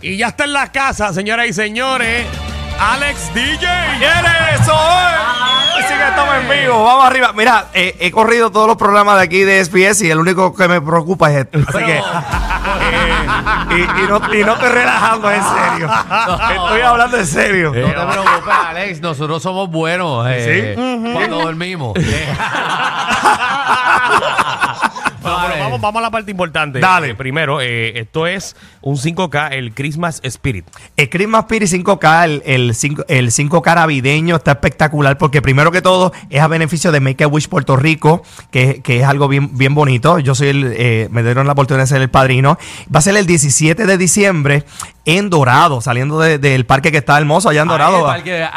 y ya está en la casa, señoras y señores. Alex DJ. ¡Viene eso! eh! Así que estamos en vivo, vamos arriba. Mira, eh, he corrido todos los programas de aquí de SBS y el único que me preocupa es esto. Así que. eh, y, y no, y no estoy relajando, es en serio. Estoy hablando en serio. No te preocupes, Alex, nosotros somos buenos eh, cuando dormimos. Eh. Bueno, pero Vale. vamos, vamos a la parte importante. Dale. Eh, primero, eh, esto es un 5K, el Christmas Spirit. El Eh, Christmas Spirit 5K, el, el, 5, el 5K navideño, está espectacular porque primero que todo es a beneficio de Make a Wish Puerto Rico, que, que es algo bien, bien bonito. Yo soy el, eh, me dieron la oportunidad de ser el padrino. Va a ser el 17 de diciembre en Dorado, saliendo de- del parque que está hermoso allá en Ahí, Dorado. Ah, parque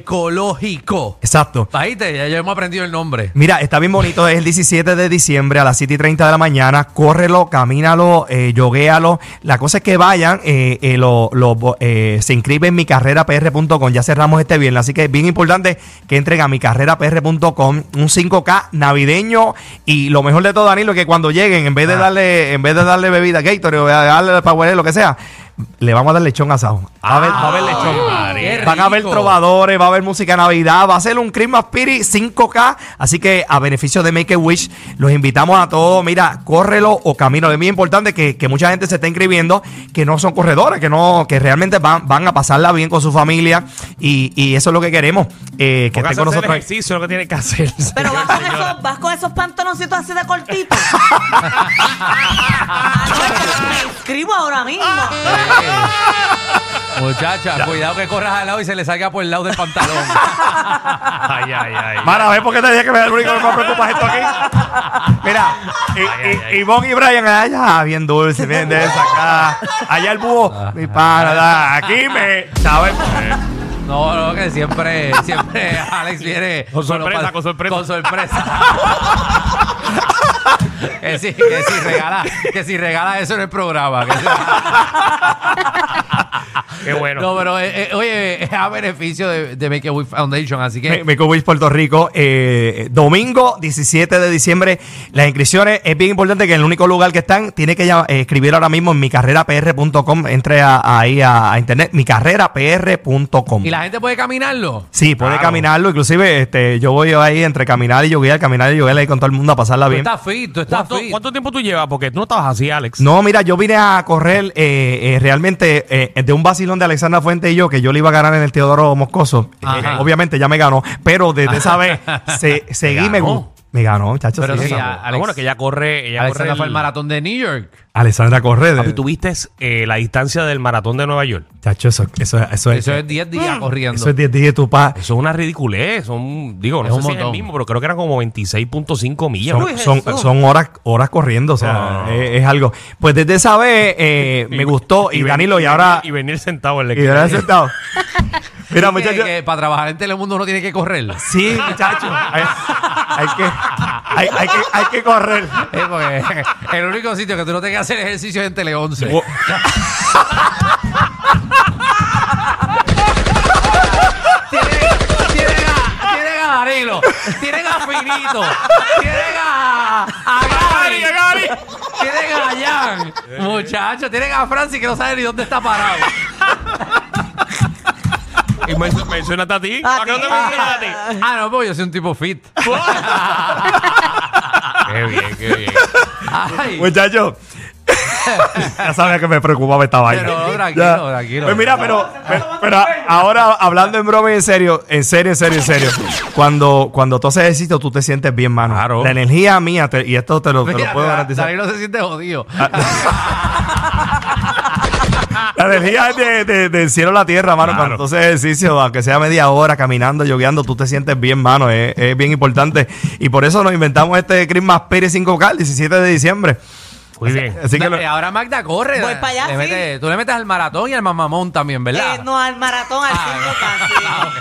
agroecológico. Exacto. Viste, ya, ya hemos aprendido el nombre. Mira, está bien bonito, es el 17 de diciembre a las 7 y 30 de la mañana. Córrelo, camínalo, eh, yoguéalo. La cosa es que vayan, eh, eh, lo- lo- eh, se inscriben en micarrerapr.com. Ya cerramos este viernes, así que es bien importante que entren a micarrerapr.com. Un 5K navideño y lo mejor de todo, Danilo, que cuando lleguen, en vez de darle en vez de darle bebida Gatorade o darle Powerade, lo que sea, le vamos a dar lechón asado. Va a haber, va a haber lechón. Qué Van a haber rico. trovadores, va a haber música de navidad, va a ser un Christmas Spirit 5K. Así que a beneficio de Make a Wish, los invitamos a todos. Mira, córrelo o camino. Es bien importante que, que mucha gente se esté inscribiendo, que no son corredores, que no, que realmente van, van a pasarla bien con su familia. Y, y eso es lo que queremos. eh, Póngase que estén con a hacer nosotros. este ejercicio lo que tiene que hacer. Pero vas con, esos, vas con esos pantaloncitos así de cortitos. Ah, no, pero me inscribo ahora mismo. Eh, Muchacha, cuidado que corras al lado y se le salga por el lado del pantalón. Ay, ay, ay. Mara, ¿ves por qué te dije que me el único que me preocupa es esto aquí? Mira, y- Ay, ay, y- Ivonne y Brian allá, bien dulce, bien de esa acá. Allá el búho, mi pana, da, aquí me, ¿sabes? No, no, que siempre, siempre Alex viene Con sorpresa, los pa- con sorpresa. Con sorpresa. que, si, que si regala, que si regala eso en el programa. que si- Qué bueno. No, pero eh, eh, oye, es a beneficio de, de Make a Wish Foundation, así que. Me- Make a Wish Puerto Rico, eh, domingo 17 de diciembre. Las inscripciones es bien importante que en el único lugar que están, tiene que ya, eh, escribir ahora mismo en micarrerapr.com. Entre a- ahí a, a internet, micarrerapr.com. y la gente puede caminarlo. Sí, puede Claro. caminarlo. Inclusive, este, yo voy ahí entre caminar y llover, caminar y llover ahí con todo el mundo a pasarla Tú bien. estás fit, tú estás ¿Cuánto, fit. cuánto tiempo tú llevas? Porque tú no estabas así, Alex. No, mira, yo vine a correr eh, eh, realmente eh, de un vacilón de Alexandra Fuente y yo, que yo le iba a ganar en el Teodoro Moscoso. Eh, Ajá. obviamente ya me ganó, pero desde esa vez se- seguí me ganó? gustó. Me ganó, chacho. Pero sí, sí, esa- a- Ah, bueno, que ella corre. Ella corre Alexandra el- fue al maratón de New York. Alexandra corre. de- Papi, ¿tú viste eh, la distancia del maratón de Nueva York? eh, Chacho, eso, eso, Pues eso es. Eso es 10 días Ah. corriendo. Eso es 10 días de tu pa. Eso es una ridiculez. Son, digo, no Es sé un si es el montón. mismo, pero creo que eran como 26.5 millas. Son, son, son horas, horas corriendo, o sea, es, es algo. Pues desde esa vez eh, me gustó y, ven- Danilo y ven- ahora... Y venir sentado en la Y ahora esquina. sentado. Mira, Que- muchachos. que para trabajar en Telemundo uno tiene que correr. Eh, Sí, muchachos. Hay, hay que, hay, hay que, hay que correr. porque el único sitio que tú no tengas que hacer ejercicio es en Tele 11. Wo- Tienen tienen a, tienen a Danilo, tienen a Finito, tienen a, a Gary, tienen a Jan, muchachos, tienen a Francis que no sabe ni dónde está parado. Y me mencionaste a ti. A ¿A qué no te ti. mencionas a ti? Ah, no, pues yo soy un tipo fit. Qué bien, qué bien. Ay, Muchachos. ya sabía que me preocupaba esta vaina. no, tranquilo, Ya. tranquilo. Pues mira, pero, pero, pero ahora hablando en broma y en serio, en serio, en serio, en serio. Cuando, cuando tú haces ejercicio, tú te sientes bien, mano. Claro. La energía mía, te- y esto te lo, te lo mira, puedo Da- garantizar. Ah, Danilo se siente jodido. La energía es de, de- del cielo a la tierra, mano. Claro. Cuando tú haces ejercicio, aunque sea media hora caminando, yogueando, tú te sientes bien, mano. Es, es bien importante. Y por eso nos inventamos este Christmas Pérez 5K el 17 de diciembre. Muy bien. Así que No, lo- eh, ahora Magda corre. Voy para allá, Le sí. mete- tú le metes al maratón y al mamamón también, ¿verdad? Eh, no, al maratón, al Ah, 5K,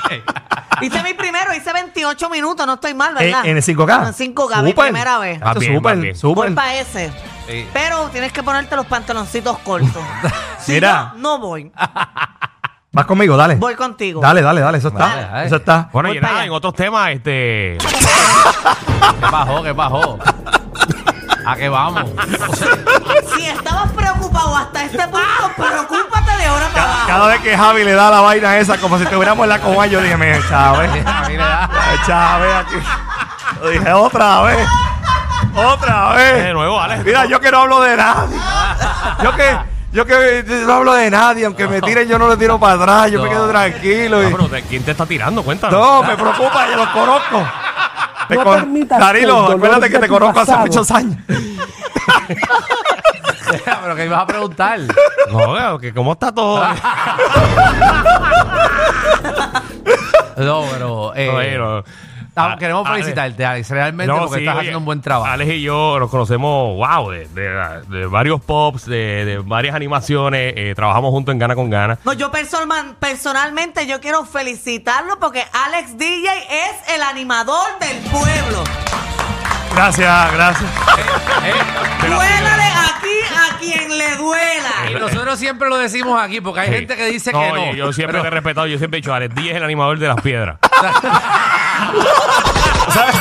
sí. ok. Hice mi primero, hice 28 minutos, no estoy mal, ¿verdad? en, en el 5K. En 5K, mi Súper. primera vez. Ah, Vas bien, vas bien. Súper, Voy súper. para ese. Sí. Pero tienes que ponerte los pantaloncitos cortos. Si Mira. no, no voy. Vas conmigo, dale. Voy contigo. Dale, dale, dale. Eso está. Dale, dale. Eso está. Bueno, Voy y para nada, allá. en otros temas, este. ¿Qué bajó? ¿Qué bajó? ¿A qué vamos? Si estabas preocupado hasta este punto, preocúpate de ahora para abajo. Cada vez que Javi le da la vaina esa, como si estuviéramos en la coma, yo dije, mira, eh". Chávez. A mí le da. Chávez aquí. Lo dije otra vez. Otra vez. De nuevo, Ah, Alex. Mira, yo que no hablo de nadie. Yo que, yo que no hablo de nadie. Aunque me tiren, yo no le tiro para atrás. Yo me No. quedo tranquilo. Ah, y- pero ¿de ¿Quién te está tirando? Cuéntanos. No, me preocupa, yo lo conozco. Te No con- permitas que el Darilo, dolor acuérdate de que te tu conozco hace pasado- muchos años. Pero que ibas a preguntar. No, que cómo está todo. No, pero. eh, Bueno, estamos- queremos Ale- felicitarte, Alex, realmente, Ah, No, porque sí, estás oye, haciendo un buen trabajo. Alex y yo nos conocemos, wow, de, de- de varios pops, de, de varias animaciones. eh, trabajamos juntos en Gana con Gana. No, yo personal- personalmente yo quiero felicitarlo porque Alex DJ es el animador del pueblo. Gracias, gracias. Duélale aquí a quien le Y ah, duela. nosotros siempre lo decimos aquí, porque hay gente que dice eh. No, que oye, no. Yo siempre te he respetado, yo siempre he dicho, Alex Díaz es el animador de las piedras. ¿Sabes?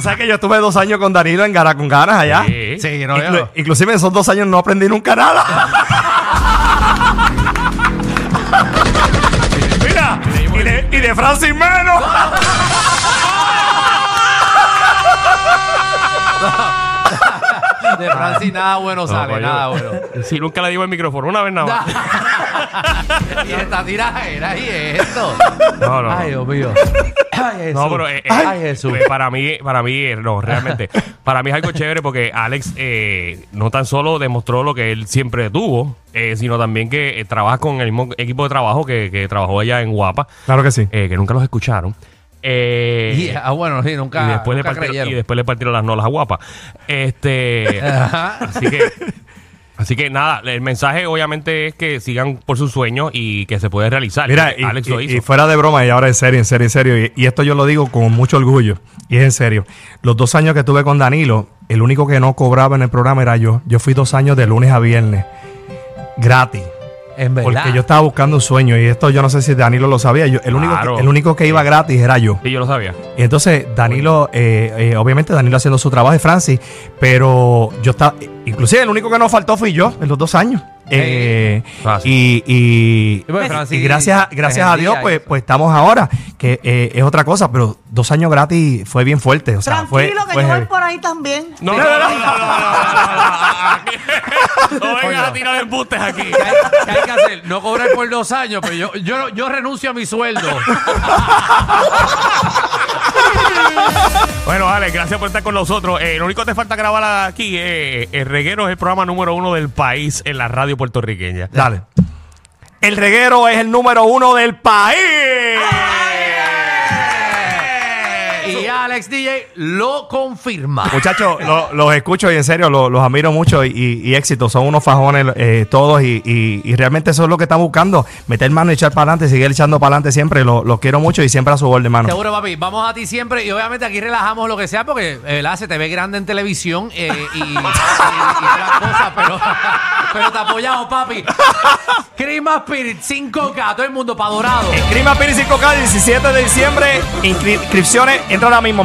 ¿Sabes que yo estuve dos años con Danilo en Gara con Ganas allá? Sí. Sí, no, yo Inclu- no. inclusive en esos dos años no aprendí nunca nada. Mira, y de, y de Francis menos. De Francis nada bueno Ah. No, pues sale, coño. nada bueno. Si nunca le digo el micrófono, una vez nada más. y esta tiradera y esto. No, no. Ay, Dios mío. Ay, Jesús. No, pero eh, eh, Ay, Jesús. eh, para mí, para mí, eh, no, realmente. para mí es algo chévere porque Alex eh, no tan solo demostró lo que él siempre tuvo, eh, sino también que eh, trabaja con el mismo equipo de trabajo que, que trabajó allá en Guapa, Claro que sí. eh, que nunca los escucharon. Eh, Y- ah, bueno, sí, nunca. y después, le nunca partieron, creyeron. y después le partieron las nolas a Guapa. Este. Ajá. así que. Así que nada, el mensaje obviamente es que sigan por sus sueños y que se puede realizar. Mira, y, Alex lo y- hizo. y fuera de broma, y ahora en serio, en serio, en serio. Y, y esto yo lo digo con mucho orgullo. Y es en serio. Los dos años que estuve con Danilo, el único que no cobraba en el programa era yo. Yo fui dos años de lunes a viernes. Gratis. En verdad. Porque yo estaba buscando un sueño. Y esto yo no sé si Danilo lo sabía. Yo- el, único Claro. que, el único que iba gratis era yo. Sí, yo lo sabía. Y entonces Danilo, eh, eh, obviamente Danilo haciendo su trabajo y Francis, pero yo estaba, inclusive el único que nos faltó fui yo en los dos años. Eh, fácil. y, y- Y bueno, y Francis gracias, gracias a Dios, defendía pues, eso. pues estamos ahora, que eh, es otra cosa, pero dos años gratis fue bien fuerte. O sea, fue, pues, eh, Tranquilo que fue yo voy heavy. por ahí también. No, no, no, no, no, no, no, no, no, no, no, no, no vengas a tirar embustes aquí. ¿Qué hay, qué hay que hacer? No cobrar por dos años, pero yo, yo, no- yo renuncio a mi sueldo. Bueno, Alex, gracias por estar con nosotros. Eh, lo único que te falta grabar aquí, eh, el reguero es el programa número uno del país en la radio puertorriqueña. Dale. El reguero es el número uno del país. y Alex DJ lo confirma. Muchachos, lo- los escucho y en serio lo- los admiro mucho y, y- y éxito. Son unos fajones eh, todos y, y- y realmente eso es lo que están buscando. Meter mano y echar para adelante, seguir echando para adelante siempre. Lo- Los quiero mucho y siempre a su orden, mano. Seguro, papi. Vamos a ti siempre. Y obviamente aquí relajamos lo que sea porque, eh, ¿verdad? Se te ve grande en televisión eh, y, y, y otras cosas, pero, pero te apoyamos, papi. Christmas Spirit 5K, todo el mundo para dorado. Crima Piri 5K, 17 de diciembre. Inscri- Inscripciones, entra ahora mismo,